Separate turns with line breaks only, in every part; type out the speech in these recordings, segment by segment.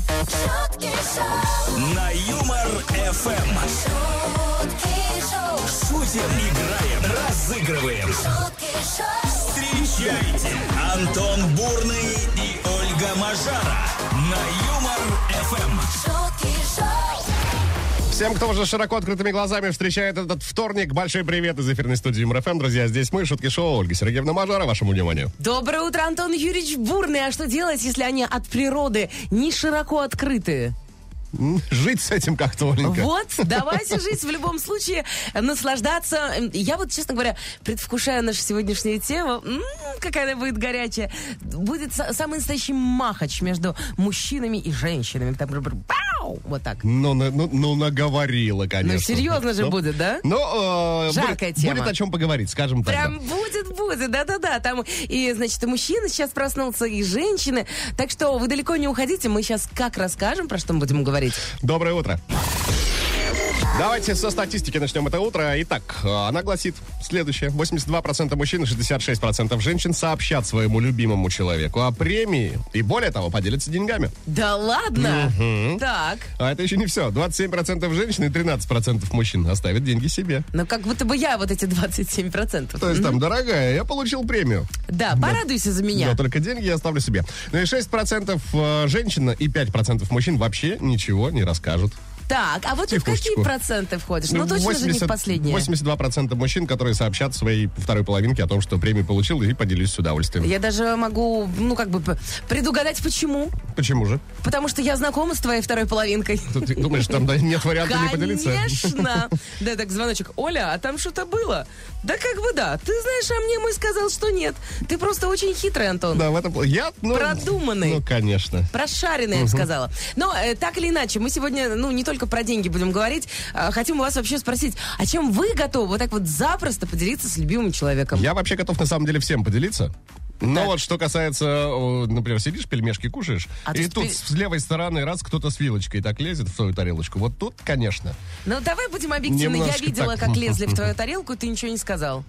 Шутки шоу,
На Юмор ФМ.
шутки шоу,
Шутим, играем, разыгрываем.
шутки шоу,
Встречайте Антон Бурный и Ольга Мажара на Юмор Эм. ФМ.
шутки шоу,
Всем, кто уже широко открытыми глазами встречает этот вторник, большой привет из эфирной студии МРФМ. Друзья, здесь мы, Шутки Шоу, Ольга Сергеевна Мажара, вашему вниманию.
Доброе утро, Антон Юрьевич Бурный. А что делать, если они от природы не широко открыты?
Жить с этим как-то, Оленька.
Вот, давайте жить в любом случае, наслаждаться. Я вот, честно говоря, предвкушаю нашу сегодняшнюю тему. М, какая она будет горячая. Будет са- самый настоящий махач между мужчинами и женщинами. Там, бр- бр- бау! вот так.
Ну, на- ну, ну, наговорила, конечно.
Ну, серьезно же
Ну,
будет, да?
Ну, э,
Жаркая
будет,
тема.
будет о чем поговорить, скажем так.
Прям будет, будет, да-да-да. Там и, значит, и мужчины сейчас проснутся, и женщины. Так что вы далеко не уходите. Мы сейчас как расскажем, про что мы будем говорить.
Доброе утро. Давайте со статистики начнем это утро. Итак, э, она гласит следующее. 82% мужчин и 66% женщин сообщат своему любимому человеку о премии и, более того, поделятся деньгами.
Да ладно? Так.
А это еще не все. 27% женщин и 13% мужчин оставят деньги себе.
Ну, как будто бы я вот эти 27%.
То есть там, дорогая, я получил премию.
Да, порадуйся за меня.
Но только деньги я оставлю себе. Ну и 6% э, женщин и 5% мужчин вообще ничего не расскажут.
Так, а вот ты в какие
Тихушечку.
проценты входишь? Ну, точно же не
80
в последние.
82% мужчин, которые сообщат своей второй половинке о том, что премию получил, и поделюсь с удовольствием.
Я даже могу, ну, как бы п- предугадать, почему.
Почему же?
Потому что я знакома с твоей второй половинкой.
Ты, ты думаешь, там да, нет варианта не поделиться?
Конечно. Да, так звоночек. Оля, а там что-то было? Да как бы да. Ты знаешь, а мне мой сказал, что нет. Ты просто очень хитрый, Антон.
Да, в этом... пла- Я, ну,
Продуманный.
Ну, конечно.
Прошаренная, я бы сказала. Но э, так или иначе, мы сегодня, ну, не только про деньги будем говорить. а, хотим у вас вообще спросить, а чем вы готовы вот так вот запросто поделиться с любимым человеком?
Я вообще готов на самом деле всем поделиться. Но
Так.
вот что касается, э, например, сидишь, пельмешки кушаешь,
А
и
тут
тут
пель-
с левой стороны раз кто-то с вилочкой так лезет в твою тарелочку. Вот тут, конечно,
Ну, давай будем объективны. Я
Немножко
видела,
так.
как лезли в твою тарелку, и ты ничего не сказал.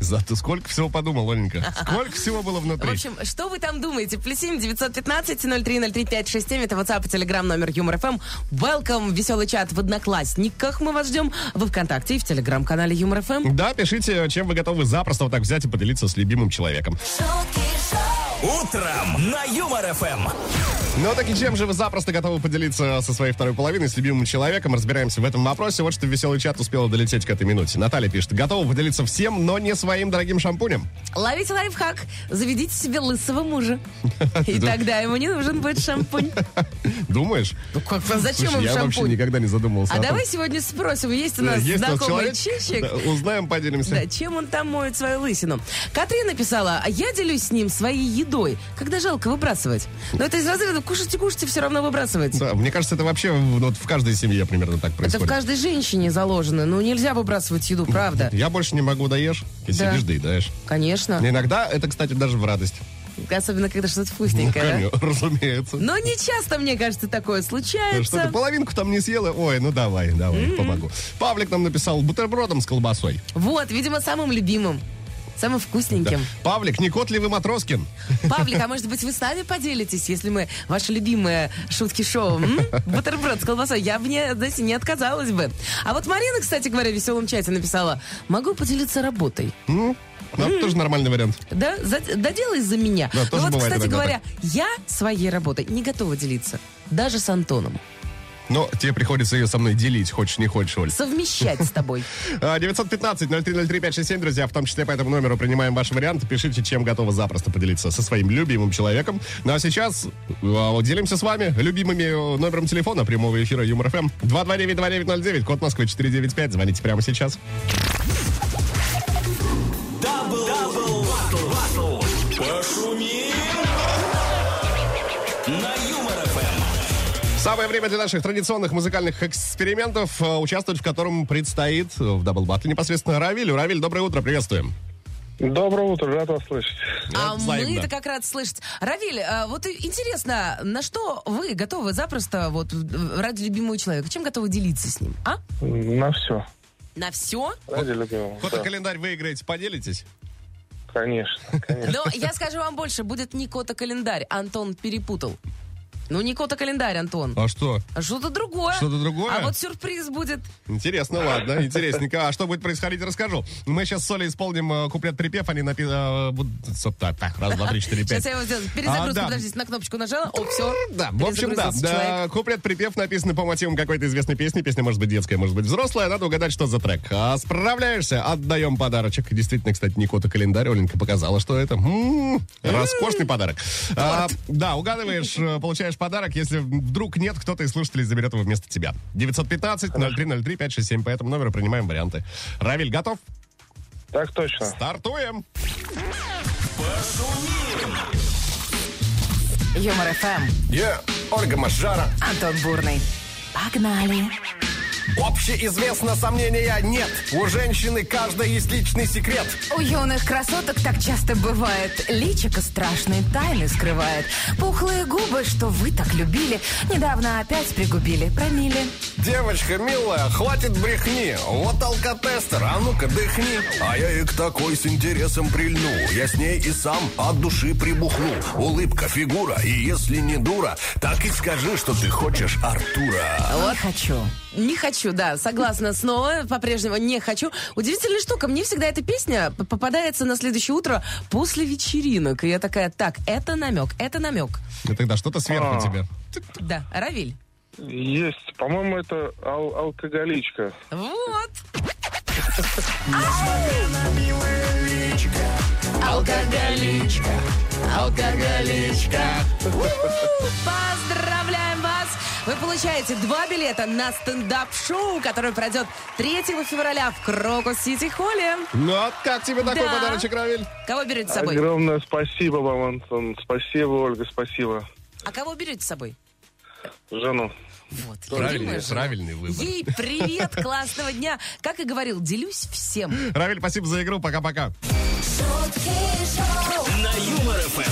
зато сколько всего подумал, Оленька. Сколько всего было
В
внутри.
общем, что вы там думаете? Плюс 7 915 0303567 Это WhatsApp и Telegram номер Юмор ФМ. Welcome, веселый чат в Одноклассниках. Мы вас ждем в ВКонтакте и в Телеграм-канале Юмор ФМ.
Да, пишите, чем вы готовы запросто вот так взять и поделиться с любимым человеком.
шутки шоу,
Утром на Юмор Эм. ФМ.
Ну так и чем же вы запросто готовы поделиться со своей второй половиной, с любимым человеком? Разбираемся в этом вопросе. Вот что в веселый чат успела долететь к этой минуте. Наталья пишет, готова поделиться всем, но не своим дорогим шампунем.
Ловите лайфхак. Заведите себе лысого мужа. И
Да.
тогда ему не нужен будет шампунь.
Думаешь?
Ну как, зачем
Слушай,
им
я вообще
шампунь?
никогда не задумывался
А
о том,
давай сегодня спросим, есть у
Да,
нас
есть у нас
знакомый
человек?
чичик?
Да, узнаем, поделимся.
Да, чем он там моет свою лысину? Катрин написала, а я делюсь с ним своей едой, когда жалко выбрасывать. Но это из разряда кушайте, кушайте, все равно выбрасывать.
Да, мне кажется, это вообще в- ну, вот в каждой семье примерно так
Это в
происходит.
каждой женщине заложено. Ну, нельзя выбрасывать еду, правда.
Я больше не могу, даешь, и
Да.
сидишь, доедаешь.
Конечно.
Иногда это, кстати, даже в радость.
Особенно, когда что-то
Ну,
вкусненькое. да?
конечно, разумеется.
Но не часто, мне кажется,
Ну,
такое
Что ты
случается.
половинку там не съела? Ой, ну давай, давай,
М-м.
помогу. Павлик нам написал бутербродом с колбасой.
Вот, видимо, самым любимым. Самым
Да.
вкусненьким.
Павлик, не кот ли вы Матроскин?
Павлик, а может быть, вы с нами поделитесь, если мы ваши любимые шутки шоу? м? Бутерброд с колбасой. Я бы, не, знаете, не отказалась бы. А вот Марина, кстати говоря, в веселом чате написала, могу поделиться работой.
Ну, ну,
М-м.
это тоже нормальный вариант.
Да, за, доделай за меня.
Да, тоже
Но вот,
бывает
кстати
иногда
говоря, я своей работой не готова делиться. Даже с Антоном.
Но тебе приходится ее со мной делить, хочешь не хочешь, Оль.
Совмещать с тобой.
А, 915-0303-567, друзья, в том числе по этому номеру принимаем ваши варианты. Пишите, чем готовы запросто поделиться со своим любимым человеком. Ну а сейчас а, вот делимся с вами любимыми э, номером телефона прямого эфира Юмор ФМ. 229-2909, код Москвы 495. Звоните прямо сейчас.
Дабл, дабл, батл, батл. Пошумим. На Юмор Эм. ФМ.
Самое время для наших традиционных музыкальных экспериментов, э, участвовать в котором предстоит э, в дабл батле непосредственно Равилю. Равиль, доброе утро, приветствуем.
Доброе утро, рад вас слышать.
А
Взаимно.
мы-то как раз слышать. Равиль, а вот и- интересно, на что вы готовы запросто вот э, ради любимого человека? Чем готовы делиться с ним? А?
На все.
На все?
Ради любимого. да.
Фотокалендарь выиграете, поделитесь?
Конечно, конечно.
Но я скажу вам больше, будет не кота календарь. Антон перепутал. Ну, не кота-календарь, Антон.
А что?
А что-то другое.
Что-то другое?
А вот сюрприз будет.
Интересно, ладно, интересненько. А что будет происходить, расскажу. Мы сейчас с Солей исполним э, куплет-припев, они напи- э, будут... со- Так, так, раз, два, три, четыре, пять.
Сейчас я его сделаю. Перезагрузку,
А, да.
подождите, на кнопочку нажала. О, все.
Да, в общем, да. да куплет-припев написан по мотивам какой-то известной песни. Песня может быть детская, может быть взрослая. Надо угадать, что за трек. А справляешься, отдаем подарочек. Действительно, кстати, Никота календарь. Оленька показала, что это. М, роскошный подарок. А, да, угадываешь, э, получаешь подарок. Если вдруг нет, кто-то из слушателей заберет его вместо тебя. 915-0303-567. По этому номеру принимаем варианты. Равиль, готов?
Так точно.
Стартуем.
Юмор ФМ.
Я Ольга Мажара.
Антон Бурный. Погнали.
Общеизвестно, сомнения нет. У женщины каждой есть личный секрет.
У юных красоток так часто бывает. Личико страшные тайны скрывает. Пухлые губы, что вы так любили, недавно опять пригубили, промили.
Девочка милая, хватит брехни. Вот алкотестер, а ну-ка дыхни. А я и к такой с интересом прильну. Я с ней и сам от души прибухну. Улыбка, фигура, и если не дура, так и скажи, что ты хочешь
А
Артура.
Вот хочу.
Не хочу, да, согласна снова, по-прежнему не хочу. Удивительная штука, мне всегда эта песня п- попадается на следующее утро после вечеринок. И я такая, так, это намек, это намек.
И тогда что-то сверху
А.
тебе.
Да, Равиль.
Есть. По-моему, это ал- алкоголичка.
Вот. У-у-у! Поздравляем вас! Вы получаете два билета на стендап-шоу, которое пройдет 3 февраля в Крокус-Сити-Холле.
Ну, а как тебе такой
Да.
подарочек, Равиль?
Кого берете с собой?
Огромное спасибо вам, Антон. Спасибо, Ольга, спасибо.
А кого берете с собой?
Жену.
Вот, я
Правильный,
думаю же.
правильный выбор.
Ей привет, классного дня. Как и говорил, делюсь всем.
Равиль, спасибо за игру, пока-пока.
шутки шоу,
На Юмор Эм. ФМ.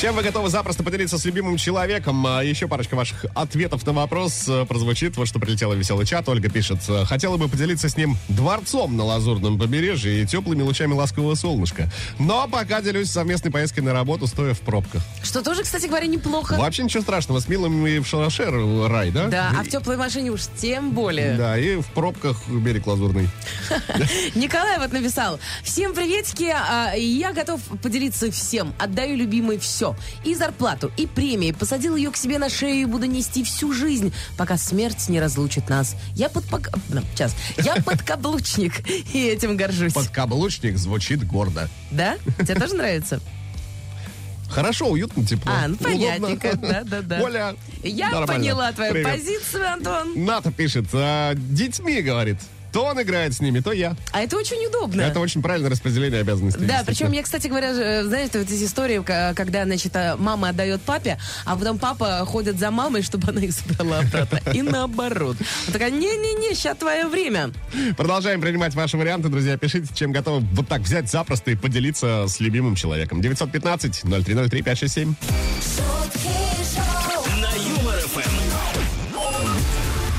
Чем вы готовы запросто поделиться с любимым человеком? А, Еще парочка ваших ответов на вопрос э, прозвучит. Вот что прилетело в веселый чат. Ольга пишет. э, Хотела бы поделиться с ним дворцом на Лазурном побережье и теплыми лучами ласкового солнышка. Но пока делюсь совместной поездкой на работу, стоя в пробках.
Что тоже, кстати говоря, неплохо.
Вообще ничего страшного. С милыми в шалаше э, рай, да?
Да, а в теплой машине уж тем более.
Да, и в пробках берег Лазурный.
Николай вот написал. Всем приветики. а, Я готов поделиться всем. Отдаю любимой все. И зарплату, и премии. Посадил ее к себе на шею и буду нести всю жизнь, пока смерть не разлучит нас. Я под... ну, Сейчас. Я подкаблучник. И этим горжусь.
Подкаблучник звучит гордо.
Да? Тебе тоже нравится?
Хорошо, уютно, тепло.
А, ну
удобно.
понятненько. Да-да-да.
Оля,
Я
нормально.
поняла твою
Привет.
позицию, Антон.
Ната пишет, а, детьми, говорит. То он играет с ними, то я.
А это очень удобно.
Это очень правильное распределение обязанностей.
Да,
действительно.
причем я, кстати говоря, же, э, знаешь, вот эти истории, к- когда, значит, э, мама отдает папе, а потом папа ходит за мамой, чтобы она их забрала обратно. И наоборот. Он такая, не-не-не, сейчас твое время.
Продолжаем принимать ваши варианты, друзья. Пишите, чем готовы вот так взять запросто и поделиться с любимым человеком. 915-0303-567.
шутки шоу,
На Юмор Эм. ФМ.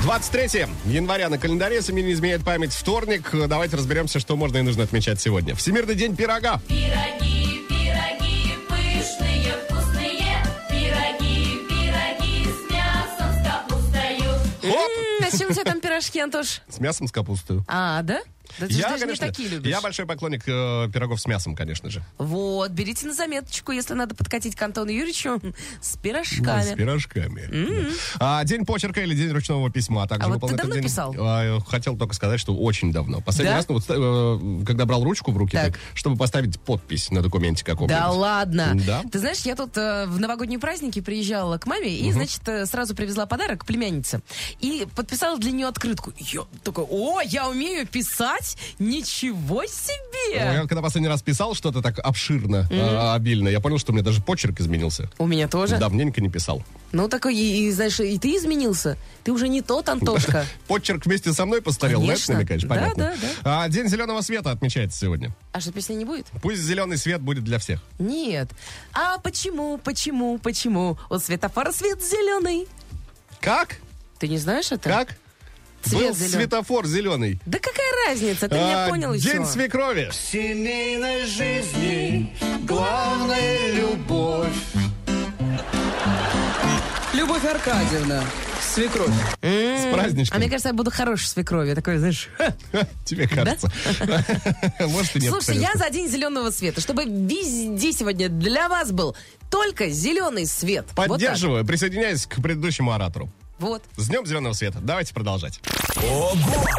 23 января на календаре, если мне не изменяет память, вторник. Давайте разберемся, что можно и нужно отмечать сегодня. Всемирный день пирога.
Пироги, пироги, пышные, вкусные. Пироги, пироги с мясом, с капустою.
Оп!
М, А с чем у тебя там пирожки, Антош?
С мясом с капустой.
А, да? Да ты же даже не такие любишь.
я большой поклонник э, пирогов с мясом, конечно же.
Вот, берите на заметочку, если надо подкатить к Антону Юрьевичу с
Ну, С
пирожками. М-м.
пирожками. А, день почерка или день ручного письма также
А вот
выполняет
ты давно
этот день.
писал?
А, хотел только сказать, что очень давно. Последний
Да?
раз, ну, вот, э, когда брал ручку в руки,
Так.
так, чтобы поставить подпись на документе каком-нибудь.
Да ладно.
Да.
Ты знаешь, я тут э, в новогодние праздники приезжала к маме и, значит, э, сразу привезла подарок племяннице. И подписала для нее открытку. Я такой, о, я умею писать? Ничего себе!
Я когда последний раз писал что-то так обширно, э, обильно, я понял, что у меня даже почерк изменился.
У меня тоже.
Давненько не писал.
Ну, такой, и, и, знаешь, и ты изменился. Ты уже не тот, Антошка.
Почерк вместе со мной постарел, на это
Конечно.
намекаешь,
Да,
понятно.
да,
А, день зеленого света отмечается сегодня.
А что, песни не будет?
Пусть зеленый свет будет для всех.
Нет. А почему, почему, почему? У светофора свет зеленый.
Как?
Ты не знаешь это?
Как?
Цвет
Был
зелен-
светофор зеленый.
Да какая разница? Ты
А,
меня понял еще.
День свекрови.
семейной жизни главная любовь.
Любовь Аркадьевна, свекровь.
М-м, С
А мне
праздничком.
кажется, я буду хорошей свекровью. Такой, знаешь...
Тебе кажется. Может и нет.
Слушай, я
конечно.
за день зеленого света, чтобы везде сегодня для вас был только зеленый свет. Вот так.
Поддерживаю, присоединяюсь к предыдущему оратору.
Вот.
С Днем Зеленого Света. Давайте продолжать.
Ого!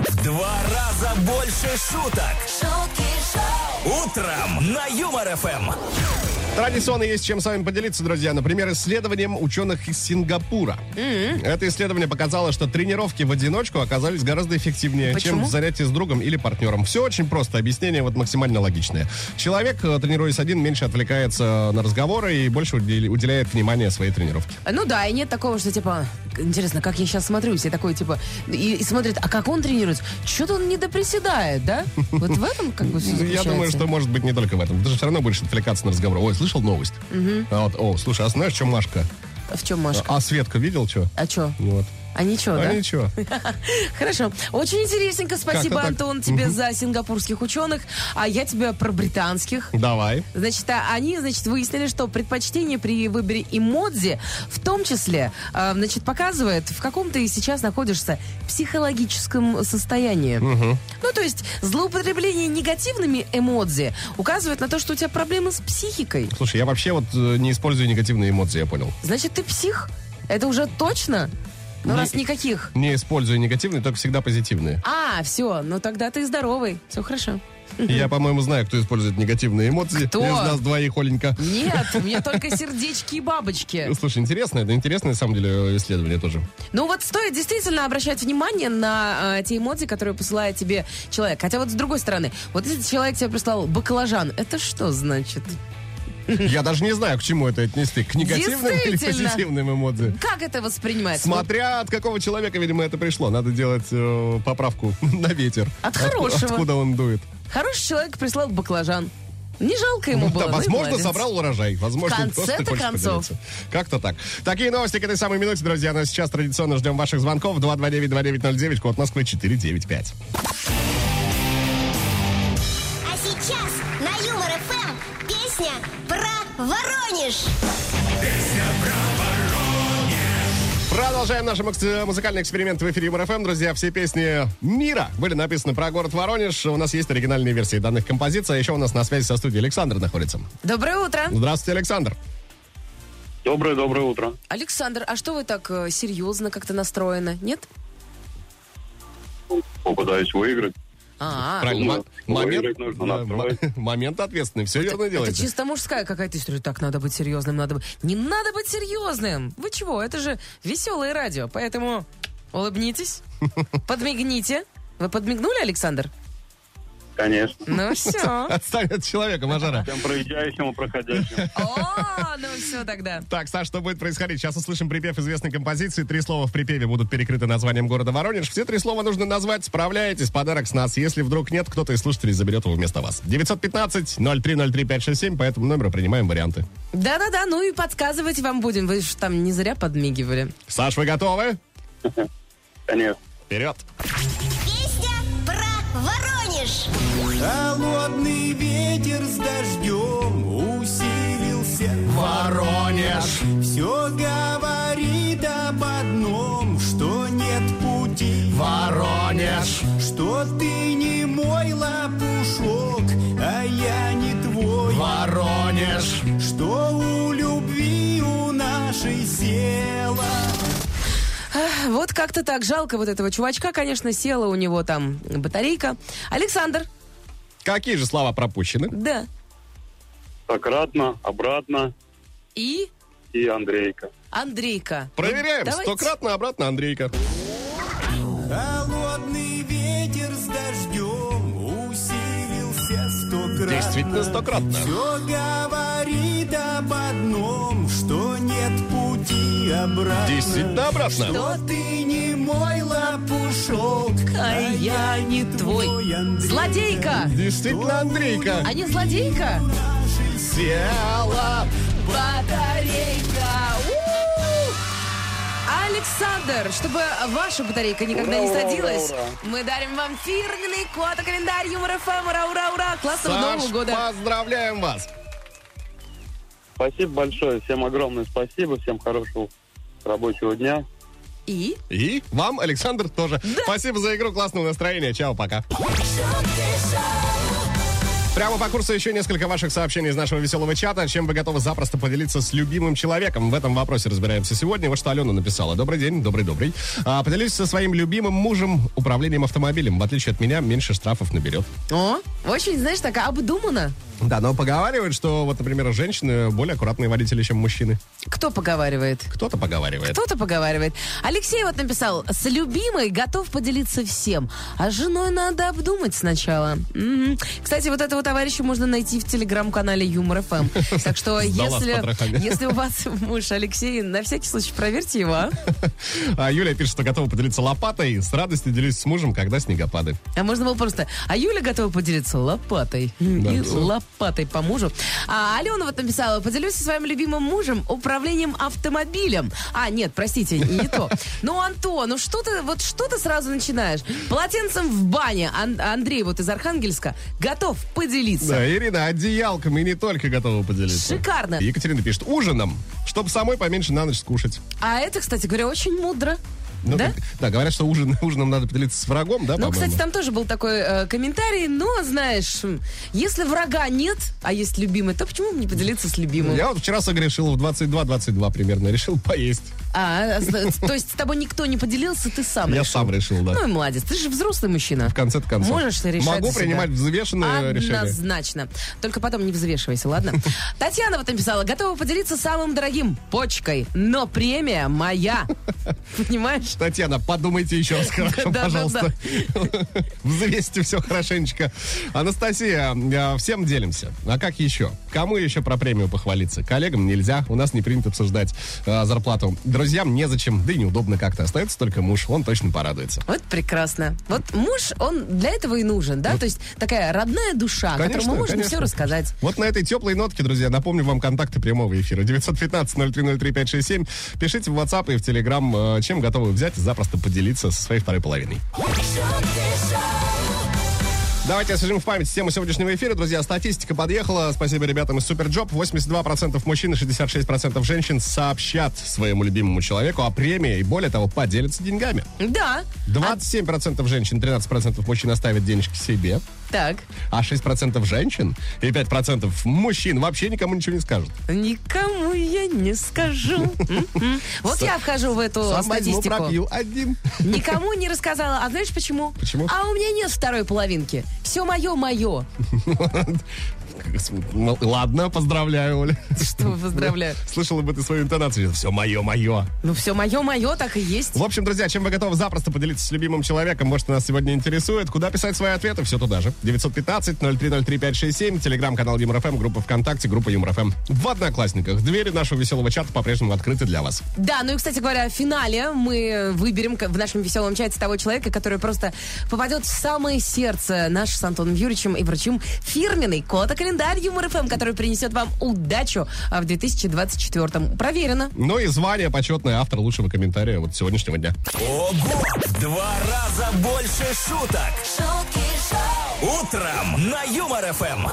В два раза больше шуток.
шутки шоу,
Утром на Юмор ФМ.
Традиционно есть чем с вами поделиться, друзья. Например, исследованием ученых из Сингапура. Это исследование показало, что тренировки в одиночку оказались гораздо эффективнее, чем
Почему?
занятия с другом или партнером. Все очень просто, объяснение вот максимально логичное. Человек, э, тренируясь один, меньше отвлекается на разговоры и больше удел- уделяет внимание своей тренировке.
Ну да, и нет такого, что типа, интересно, как я сейчас смотрю, все такое, типа, и, и смотрит, а как он тренируется? Что-то он не доприседает, да? Вот в этом как бы все
Я думаю, что может быть не только в этом. Ты же все равно будешь отвлекаться на разговор. Ой, слышал новость? А вот, о, слушай, а знаешь, что Машка?
В чем, Машка?
А Светка видел что?
А что?
Вот.
А ничего,
А
да?
ничего.
Хорошо. Очень интересненько. Спасибо,
Как-то так.
Антон, тебе за сингапурских ученых. А я тебе про британских.
Давай.
Значит, а они, значит, выяснили, что предпочтение при выборе эмодзи в том числе, э, значит, показывает, в каком ты сейчас находишься психологическом состоянии. Ну, то есть злоупотребление негативными эмодзи указывает на то, что у тебя проблемы с психикой.
Слушай, я вообще вот э, не использую негативные эмоции, я понял.
Значит, ты псих? Это уже точно? Ну,
Не-
раз никаких.
Не использую негативные, только всегда позитивные.
А, все, ну тогда ты здоровый. Все хорошо.
И Я, по-моему, знаю, кто использует негативные эмоции.
Кто?
Из нас двоих, Оленька.
Нет, у меня только сердечки и бабочки.
Слушай, интересно, это интересное, на самом деле, э, исследование тоже.
Ну вот стоит действительно обращать внимание на э, те эмоции, которые посылает тебе человек. Хотя вот с другой стороны, вот если человек тебе прислал баклажан, это что значит?
Я даже не знаю, к чему это отнести. К негативным или
Действительно.
позитивным эмоции?
Как это воспринимается? Ну,
Смотря от какого человека, видимо, это пришло. Надо делать э, поправку на ветер.
От
Отку-
хорошего.
Откуда он дует.
Вот Хороший человек прислал баклажан. Не жалко ему было.
Да,
ну и
возможно,
молодец.
собрал урожай. Возможно,
В конце-то
просто хочет
концов.
поделиться. Как-то так. Такие новости к этой самой минуте, друзья. Но сейчас традиционно ждем ваших звонков. 229-2909, код Москвы 495.
А сейчас на Юмор ФМ песня про Воронеж.
Продолжаем наш мукс- музыкальный эксперимент в эфире МРФМ. Друзья, все песни мира были написаны про город Воронеж. У нас есть оригинальные версии данных композиций. А еще у нас на связи со студией Александр находится.
Доброе утро.
Здравствуйте, Александр.
Доброе, доброе утро.
Александр, а что вы так э, серьезно как-то настроены? Нет?
Попытаюсь выиграть.
А,
Правильно.
ну,
мо-
выиграть
момент,
нужно,
да,
настроить.
м- момент ответственный. Все верно
это
делаете.
чисто мужская какая-то история. Так, надо быть серьезным, надо быть... Не надо быть серьезным! Вы чего? Это же веселое радио. Поэтому улыбнитесь, подмигните. Вы подмигнули, Александр?
Конечно.
Ну все.
Отстань от человека, Мажара.
Всем проезжающим и проходящим.
О, ну все тогда.
Так, Саш, что будет происходить? Сейчас услышим припев известной композиции. Три слова в припеве будут перекрыты названием города Воронеж. Все три слова нужно назвать. Справляйтесь. Подарок с нас. Если вдруг нет, кто-то из слушателей заберет его вместо вас. 915-0303-567. По этому номеру принимаем варианты.
Да-да-да, ну и подсказывать вам будем. Вы же там не зря подмигивали.
Саш, вы готовы?
Конечно.
Вперед!
Песня про Воронеж.
Холодный ветер с дождем усилился.
Воронеж!
Все говорит об одном, что нет пути.
Воронеж!
Что ты не мой лопушок, а я не твой.
Воронеж!
Что у любви у нашей села.
Вот как-то так жалко вот этого чувачка, конечно, села у него там батарейка. Александр,
Какие же слова пропущены?
да.
Сократно, обратно
И
и Андрейка.
Андрейка.
Проверяем.
Давайте.
Стократно обратно, Андрейка.
Холодный ветер с дождем усилился стократно.
Действительно, стократно.
Все говорит об одном, что нет пути обратно.
Действительно обратно.
Что ты не мой лопушок,
А я не твой.
Андрей.
Злодейка!
Действительно, Андрейка.
А не злодейка?
Села.
Батарейка! У-у-у! Александр, чтобы ваша батарейка никогда не садилась, мы дарим вам фирменный квота-календарь Юмор ФМ. Ура, ура, ура! Классного ну, Нового
Саш,
года!
поздравляем вас.
Спасибо большое. Всем огромное спасибо. Всем хорошего рабочего дня.
И?
И вам, Александр, тоже. Спасибо за игру, классного настроения. Чао, пока. Прямо по курсу еще несколько ваших сообщений из нашего веселого чата. Чем вы готовы запросто поделиться с любимым человеком? В этом вопросе разбираемся сегодня. Вот что Алена написала. Добрый день, добрый-добрый. А, поделюсь со своим любимым мужем управлением автомобилем. В отличие от меня, меньше штрафов наберет.
О, очень, знаешь, так обдуманно.
Да, но поговаривают, что вот, например, женщины более аккуратные водители, чем мужчины.
Кто поговаривает?
Кто-то поговаривает.
Кто-то поговаривает. Алексей вот написал, с любимой готов поделиться всем, а с женой надо обдумать сначала. Мгм. Кстати, вот этого товарища можно найти в телеграм-канале Юмор ФМ. Так
Сдала
что,
с
если,
потрохами.
если у вас муж Алексей, на всякий случай проверьте его. а.
А Юлия пишет, что готова поделиться лопатой. С радостью делюсь с мужем, когда снегопады.
А можно было просто... А Юля готова поделиться лопатой. И
всё.
лопатой по мужу. А Алена вот написала, поделюсь со своим любимым мужем управлением автомобилем. А, нет, простите, не то. Ну, Антон, ну что ты, вот что ты сразу начинаешь? Полотенцем в бане. Ан- Андрей вот из Архангельска готов поделиться.
Да, Ирина, одеялком и не только готова поделиться.
Шикарно.
И Екатерина пишет, ужином, чтобы самой поменьше на ночь скушать.
А это, кстати говоря, очень мудро.
Ну,
да?
как- да, говорят, что ужин, ужином надо поделиться с врагом, да,
Ну,
по-моему?
кстати, там тоже был такой э, комментарий, но, знаешь, м, если врага нет, а есть любимый, то почему бы не поделиться с любимым?
Я вот вчера согрешил в 22-22 примерно, решил поесть.
А, с- то есть с тобой никто не поделился, ты сам
Я
решил?
сам решил, да.
Ну и молодец, ты же взрослый мужчина.
В конце-то концов.
Можешь ты решать
Могу
за себя.
принимать взвешенное решение.
Однозначно. Только потом не взвешивайся, ладно? Татьяна вот написала, готова поделиться самым дорогим почкой, но премия моя. Понимаешь?
Татьяна, подумайте еще раз хорошо,
Да-да-да.
пожалуйста. Взвесьте все хорошенечко. Анастасия, э, всем делимся. А как еще? Кому еще про премию похвалиться? Коллегам нельзя, у нас не принято обсуждать э, зарплату. Друзьям незачем, да и неудобно как-то. Остается только муж, он точно порадуется.
Вот прекрасно. Вот муж, он для этого и нужен, да? То есть такая родная душа, которому можно
конечно.
все рассказать.
Вот на этой теплой нотке, друзья, напомню вам контакты прямого эфира. 915-0303-567. Пишите в WhatsApp и в Telegram, э, чем готовы взять и запросто поделиться со своей второй половиной. Давайте освежим в память тему сегодняшнего эфира. Друзья, статистика подъехала. Спасибо ребятам из Суперджоп. 82% мужчин и 66% женщин сообщат своему любимому человеку о премии и, более того, поделятся деньгами.
Да.
27% женщин, 13% мужчин оставят денежки себе.
Так.
А 6% женщин и 5% мужчин вообще никому ничего не скажут.
Никому я не скажу. М-м. Вот я вхожу в эту
Сам возьму,
статистику.
пропью один.
Никому не рассказала. А знаешь почему?
Почему?
А у меня нет второй половинки. Все мое, мое.
Ну, Ладно, поздравляю, Оля.
Что, поздравляю.
Слышала бы ты свою интонацию. Все мое, мое.
Ну, все мое, мое, так и есть.
В общем, друзья, чем вы готовы запросто поделиться с любимым человеком, может, нас сегодня интересует. Куда писать свои ответы? Все туда же. 915-0303-567, телеграм-канал ЮморФМ, группа ВКонтакте, группа ЮморФМ. В Одноклассниках. Двери нашего веселого чата по-прежнему открыты для вас.
Да, ну и, кстати говоря, в финале мы выберем к- в нашем веселом чате того человека, который просто попадет в самое сердце наш с Антоном Юрьевичем и вручим фирменный кота-календарь Юмор ФМ, который принесет вам удачу а, в 2024-м. Проверено.
Ну и звание почетное автор лучшего комментария вот сегодняшнего дня.
Ого! В два раза больше шуток! Утром на Юмор Эм. ФМ!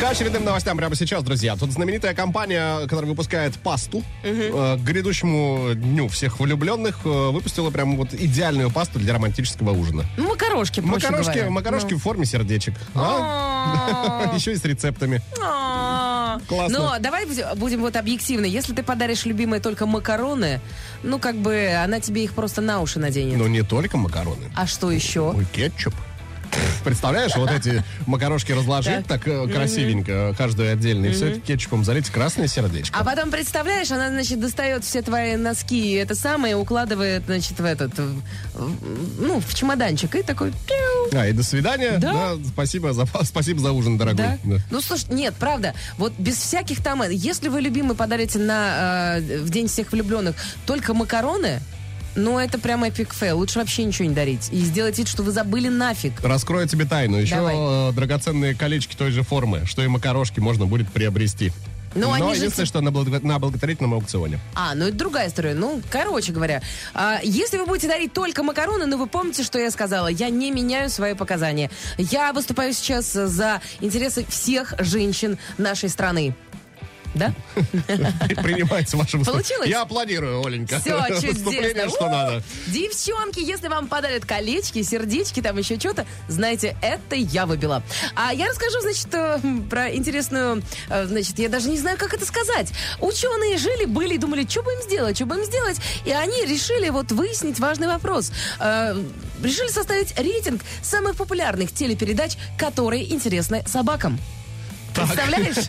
К очередным новостям прямо сейчас, друзья. Тут знаменитая компания, которая выпускает пасту э, к грядущему дню всех влюбленных, э, выпустила прям вот идеальную пасту для романтического ужина.
Ну, макарошки, проще
Макарошки,
говоря. Ну.
макарошки в форме сердечек. А? Еще и с рецептами.
А.
Классно.
Но давай будем- будем вот объективны. Если ты подаришь любимой только макароны, ну, как бы она тебе их просто на уши наденет.
Но не только макароны.
А что еще?
Ну. Ой, кетчуп. Представляешь, вот эти макарошки разложить так э, красивенько, каждую отдельно, и все это кетчупом залить, красное сердечко.
А потом, представляешь, она, значит, достает все твои носки и это самое, укладывает, значит, в этот, в- в- ну, в чемоданчик. И такой, пиу.
А, и до свидания.
Да.
спасибо, за, спасибо за ужин, дорогой.
Да?
Да.
Ну, слушай, нет, правда, вот без всяких там... э, Если вы, любимый, подарите на, э, в День всех влюбленных только макароны, ну, это прям эпик фейл. Лучше вообще ничего не дарить. И сделать вид, что вы забыли нафиг.
Раскрою тебе тайну. Еще
Давай.
э, драгоценные колечки той же формы, что и макарошки можно будет приобрести.
Ну,
Но
они же-
единственное, что на, благо- на благотворительном аукционе.
А, ну это другая история. Ну, короче говоря, а, если вы будете дарить только макароны, ну вы помните, что я сказала? Я не меняю свои показания. Я выступаю сейчас за интересы всех женщин нашей страны. Да?
Принимается ваше
Получилось?
выступление. Я аплодирую, Оленька.
Все,
Выступление,
чудесно.
что
У!
надо.
Девчонки, если вам подарят колечки, сердечки, там еще что-то, знаете, это я выбила. А я расскажу, значит, э, про интересную, э, значит, я даже не знаю, как это сказать. Ученые жили, были и думали, что бы им сделать, что бы им сделать. И они решили вот выяснить важный вопрос. Э, Решили составить рейтинг самых популярных телепередач, которые интересны собакам. Представляешь?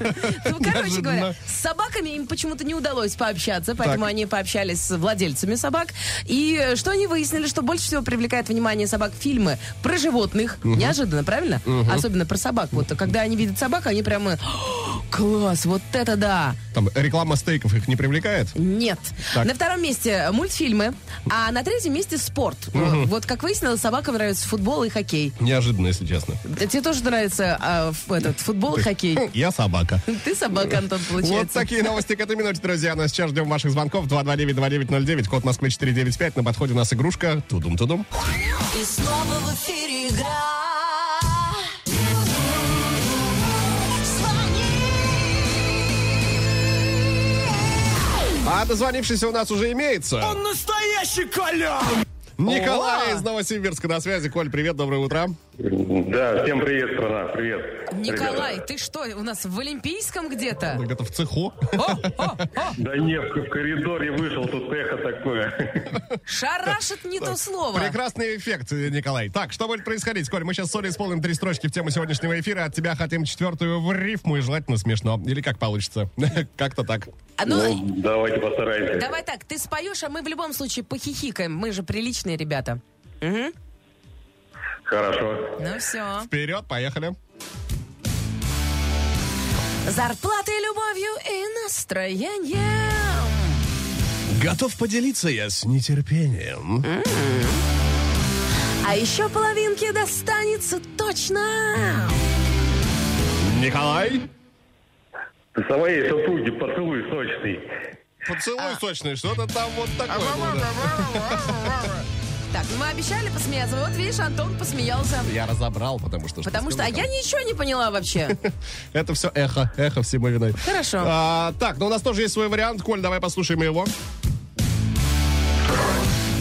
Ну, короче
Неожиданно.
говоря, с собаками им почему-то не удалось пообщаться, поэтому
Так.
они пообщались с владельцами собак. И э, что они выяснили, что больше всего привлекает внимание собак фильмы про животных. Неожиданно, правильно? Особенно про собак. Вот когда они видят собак, они прямо «О, класс, вот это да!
Там реклама стейков их не привлекает?
Нет.
Так.
На втором месте мультфильмы, а на третьем месте спорт. Ну, Вот как выяснилось, собакам нравится футбол и хоккей.
Неожиданно, если честно.
Тебе тоже нравится а, ф- этот футбол и хоккей?
Я собака.
Ты собака, Антон, получается.
Вот такие новости к этой минуте, друзья. Ну а сейчас ждем ваших звонков. 229-2909, код Москвы 495. На подходе у нас игрушка. Тудум-тудум.
И снова в эфире игра.
А дозвонившийся у нас уже имеется.
Он настоящий колян!
Николай из Новосибирска на связи. Коль, привет, доброе утро.
Да, всем привет, страна, привет.
Николай, ты что, у нас в Олимпийском где-то?
Где-то в цеху.
О, о, о,
Да нет, в коридоре вышел, тут эхо такое.
шарашит не то слово.
Прекрасный эффект, э, Николай. Так, что будет происходить, Коль? Мы сейчас с Олей исполним три строчки в тему сегодняшнего эфира. От тебя хотим четвертую в рифму и желательно смешно. Или как получится. Как-то так.
А ну,
Ну, давайте постараемся.
давай так, ты споешь, а мы в любом случае похихикаем. Мы же приличные ребята.
Хорошо.
Ну все.
Вперед, поехали.
Зарплатой, любовью и настроением.
Готов поделиться я с нетерпением.
А еще половинки достанется точно.
Николай?
Ты своей супруге поцелуй сочный.
Поцелуй
А.
сочный, что-то там вот такое. было.
Так, ну мы обещали посмеяться. Вот видишь, Антон посмеялся.
Я разобрал, потому что...
Потому что, а
сказал?
я ничего не поняла вообще.
Это все эхо, эхо всему виной.
Хорошо.
А, так, ну у нас тоже есть свой вариант. Коль, давай послушаем его.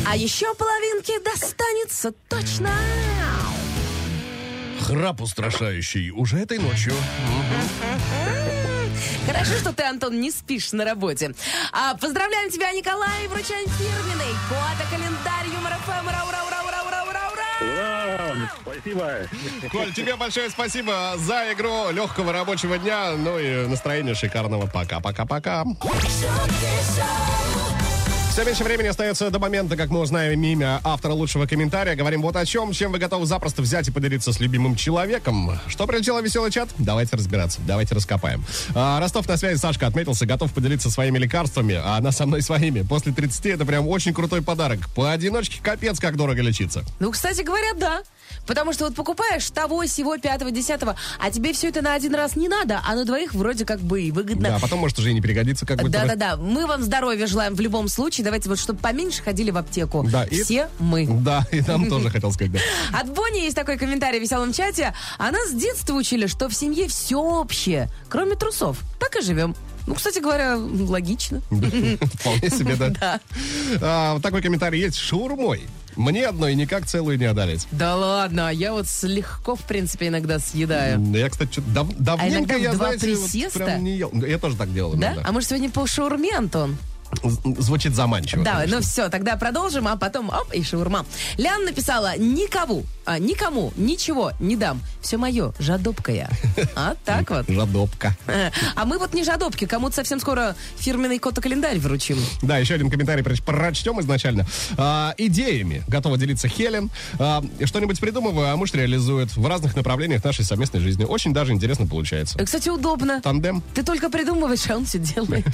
А еще половинки достанется точно.
Храп устрашающий уже этой ночью.
Хорошо, что ты, Антон, не спишь на работе. А, поздравляем тебя, Николай, и вручаем фирменный куата-календарь Юмор ФМ. Ура, ура, ура, ура, ура, ура, ура!
Ура! Спасибо.
Коль, тебе большое спасибо за игру. Легкого рабочего дня. Ну и настроения шикарного. Пока-пока-пока. Все меньше времени остается до момента, как мы узнаем имя автора лучшего комментария. Говорим вот о чем, чем вы готовы запросто взять и поделиться с любимым человеком. Что прилетело в веселый чат? Давайте разбираться, давайте раскопаем. А, Ростов на связи, Сашка отметился, готов поделиться своими лекарствами, а она со мной своими. После 30 это прям очень крутой подарок. Поодиночке капец, как дорого лечиться.
Ну, кстати говоря, да. Потому что вот покупаешь того, сего, пятого, десятого, а тебе все это на один раз не надо, а на двоих вроде как бы и выгодно.
Да, а потом, может, уже и не пригодится, как бы.
Да-да-да, мы вам здоровья желаем в любом случае. Давайте вот, чтобы поменьше ходили в аптеку.
Да, и-
Все мы.
Да, и нам тоже хотел сказать. да.
От Бонни есть такой комментарий в веселом чате. А нас с детства учили, что в семье все общее, кроме трусов. Так и живем. Ну, кстати говоря, логично.
Вполне себе, да. А, вот Такой комментарий есть. Шаурмой. Мне одной никак целую не одолеть.
Да ладно, я вот с- легко, в принципе, иногда съедаю.
Да Ну, Я, кстати, что-то дав- давненько
А иногда в
я,
два
знаете, вот
присеста?
прям не ел. Я тоже так делал.
Да?
иногда.
А может, сегодня по шаурме, Антон?
З- Звучит заманчиво.
Да,
конечно.
ну все, тогда продолжим, а потом оп, и шаурма. Лян написала, никого, а, никому, ничего не дам. Все мое, жадобка я. А так вот.
Жадобка.
Э, А мы вот не жадобки, кому-то совсем скоро фирменный кота-календарь вручим.
Да, еще один комментарий проч- прочтем изначально. А, идеями готова делиться Хелен. А, что-нибудь придумываю, а муж реализует в разных направлениях нашей совместной жизни. Очень даже интересно получается.
Э, Кстати, удобно.
Тандем.
Ты только придумываешь, а он все делает.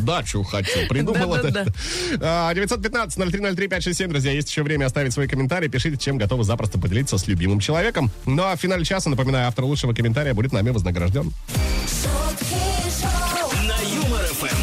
Дачу хочу. Придумала.
Да-да-да.
А, 915-0303-567, друзья. Есть еще время оставить свой комментарий. Пишите, чем готовы запросто поделиться с любимым человеком. Ну а в финале часа, напоминаю, автор лучшего комментария будет нами вознагражден.
Шутки шоу.
На Юмор ФМ.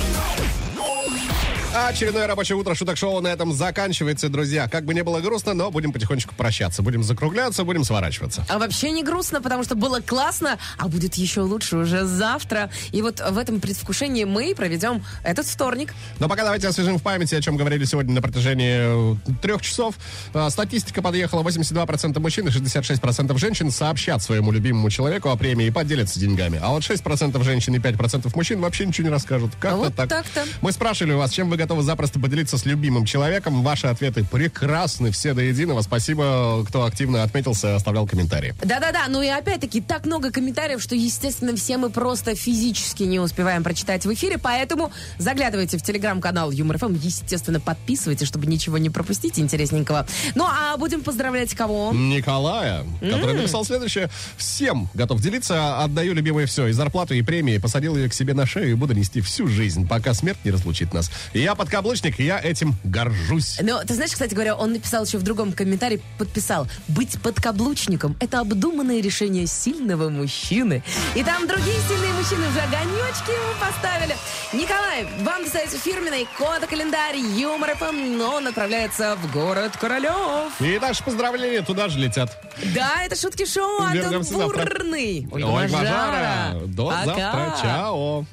А Очередное рабочее утро шуток-шоу на этом заканчивается, друзья. Как бы не было грустно, но будем потихонечку прощаться. Будем закругляться, будем сворачиваться.
А вообще не грустно, потому что было классно, а будет еще лучше уже завтра. И вот в этом предвкушении мы проведем этот вторник.
Но пока давайте освежим в памяти, о чем говорили сегодня на протяжении э, трех часов. Э, Статистика подъехала. 82% мужчин и 66% женщин сообщат своему любимому человеку о премии и поделятся деньгами. А вот 6% женщин и 5% мужчин вообще ничего не расскажут. Как-то
Вот
так.
так-то.
Мы спрашивали у вас, чем вы готовы запросто поделиться с любимым человеком. Ваши ответы прекрасны, все до единого. Спасибо, кто активно отметился и оставлял комментарии.
Да-да-да, ну и опять-таки так много комментариев, что, естественно, все мы просто физически не успеваем прочитать в эфире, поэтому заглядывайте в телеграм-канал Юмор ФМ, естественно, подписывайтесь, чтобы ничего не пропустить интересненького. Ну а будем поздравлять кого?
Николая, который написал следующее. Всем готов делиться, отдаю любимое все, и зарплату, и премии, посадил ее к себе на шею и буду нести всю жизнь, пока смерть не разлучит нас. Я подкаблучник, и я этим горжусь.
Ну, ты знаешь, кстати говоря, он написал еще в другом комментарии, подписал, быть подкаблучником – это обдуманное решение сильного мужчины. И там другие сильные мужчины уже огонечки ему поставили. Николай, вам достается фирменный код-календарь Юмор ФМ, но он отправляется в город Королев.
И наши поздравления туда же летят.
Да, это шутки шоу,
Вернемся
Антон
завтра.
Бурный.
Ольга Мажара. До
Пока.
завтра. Чао.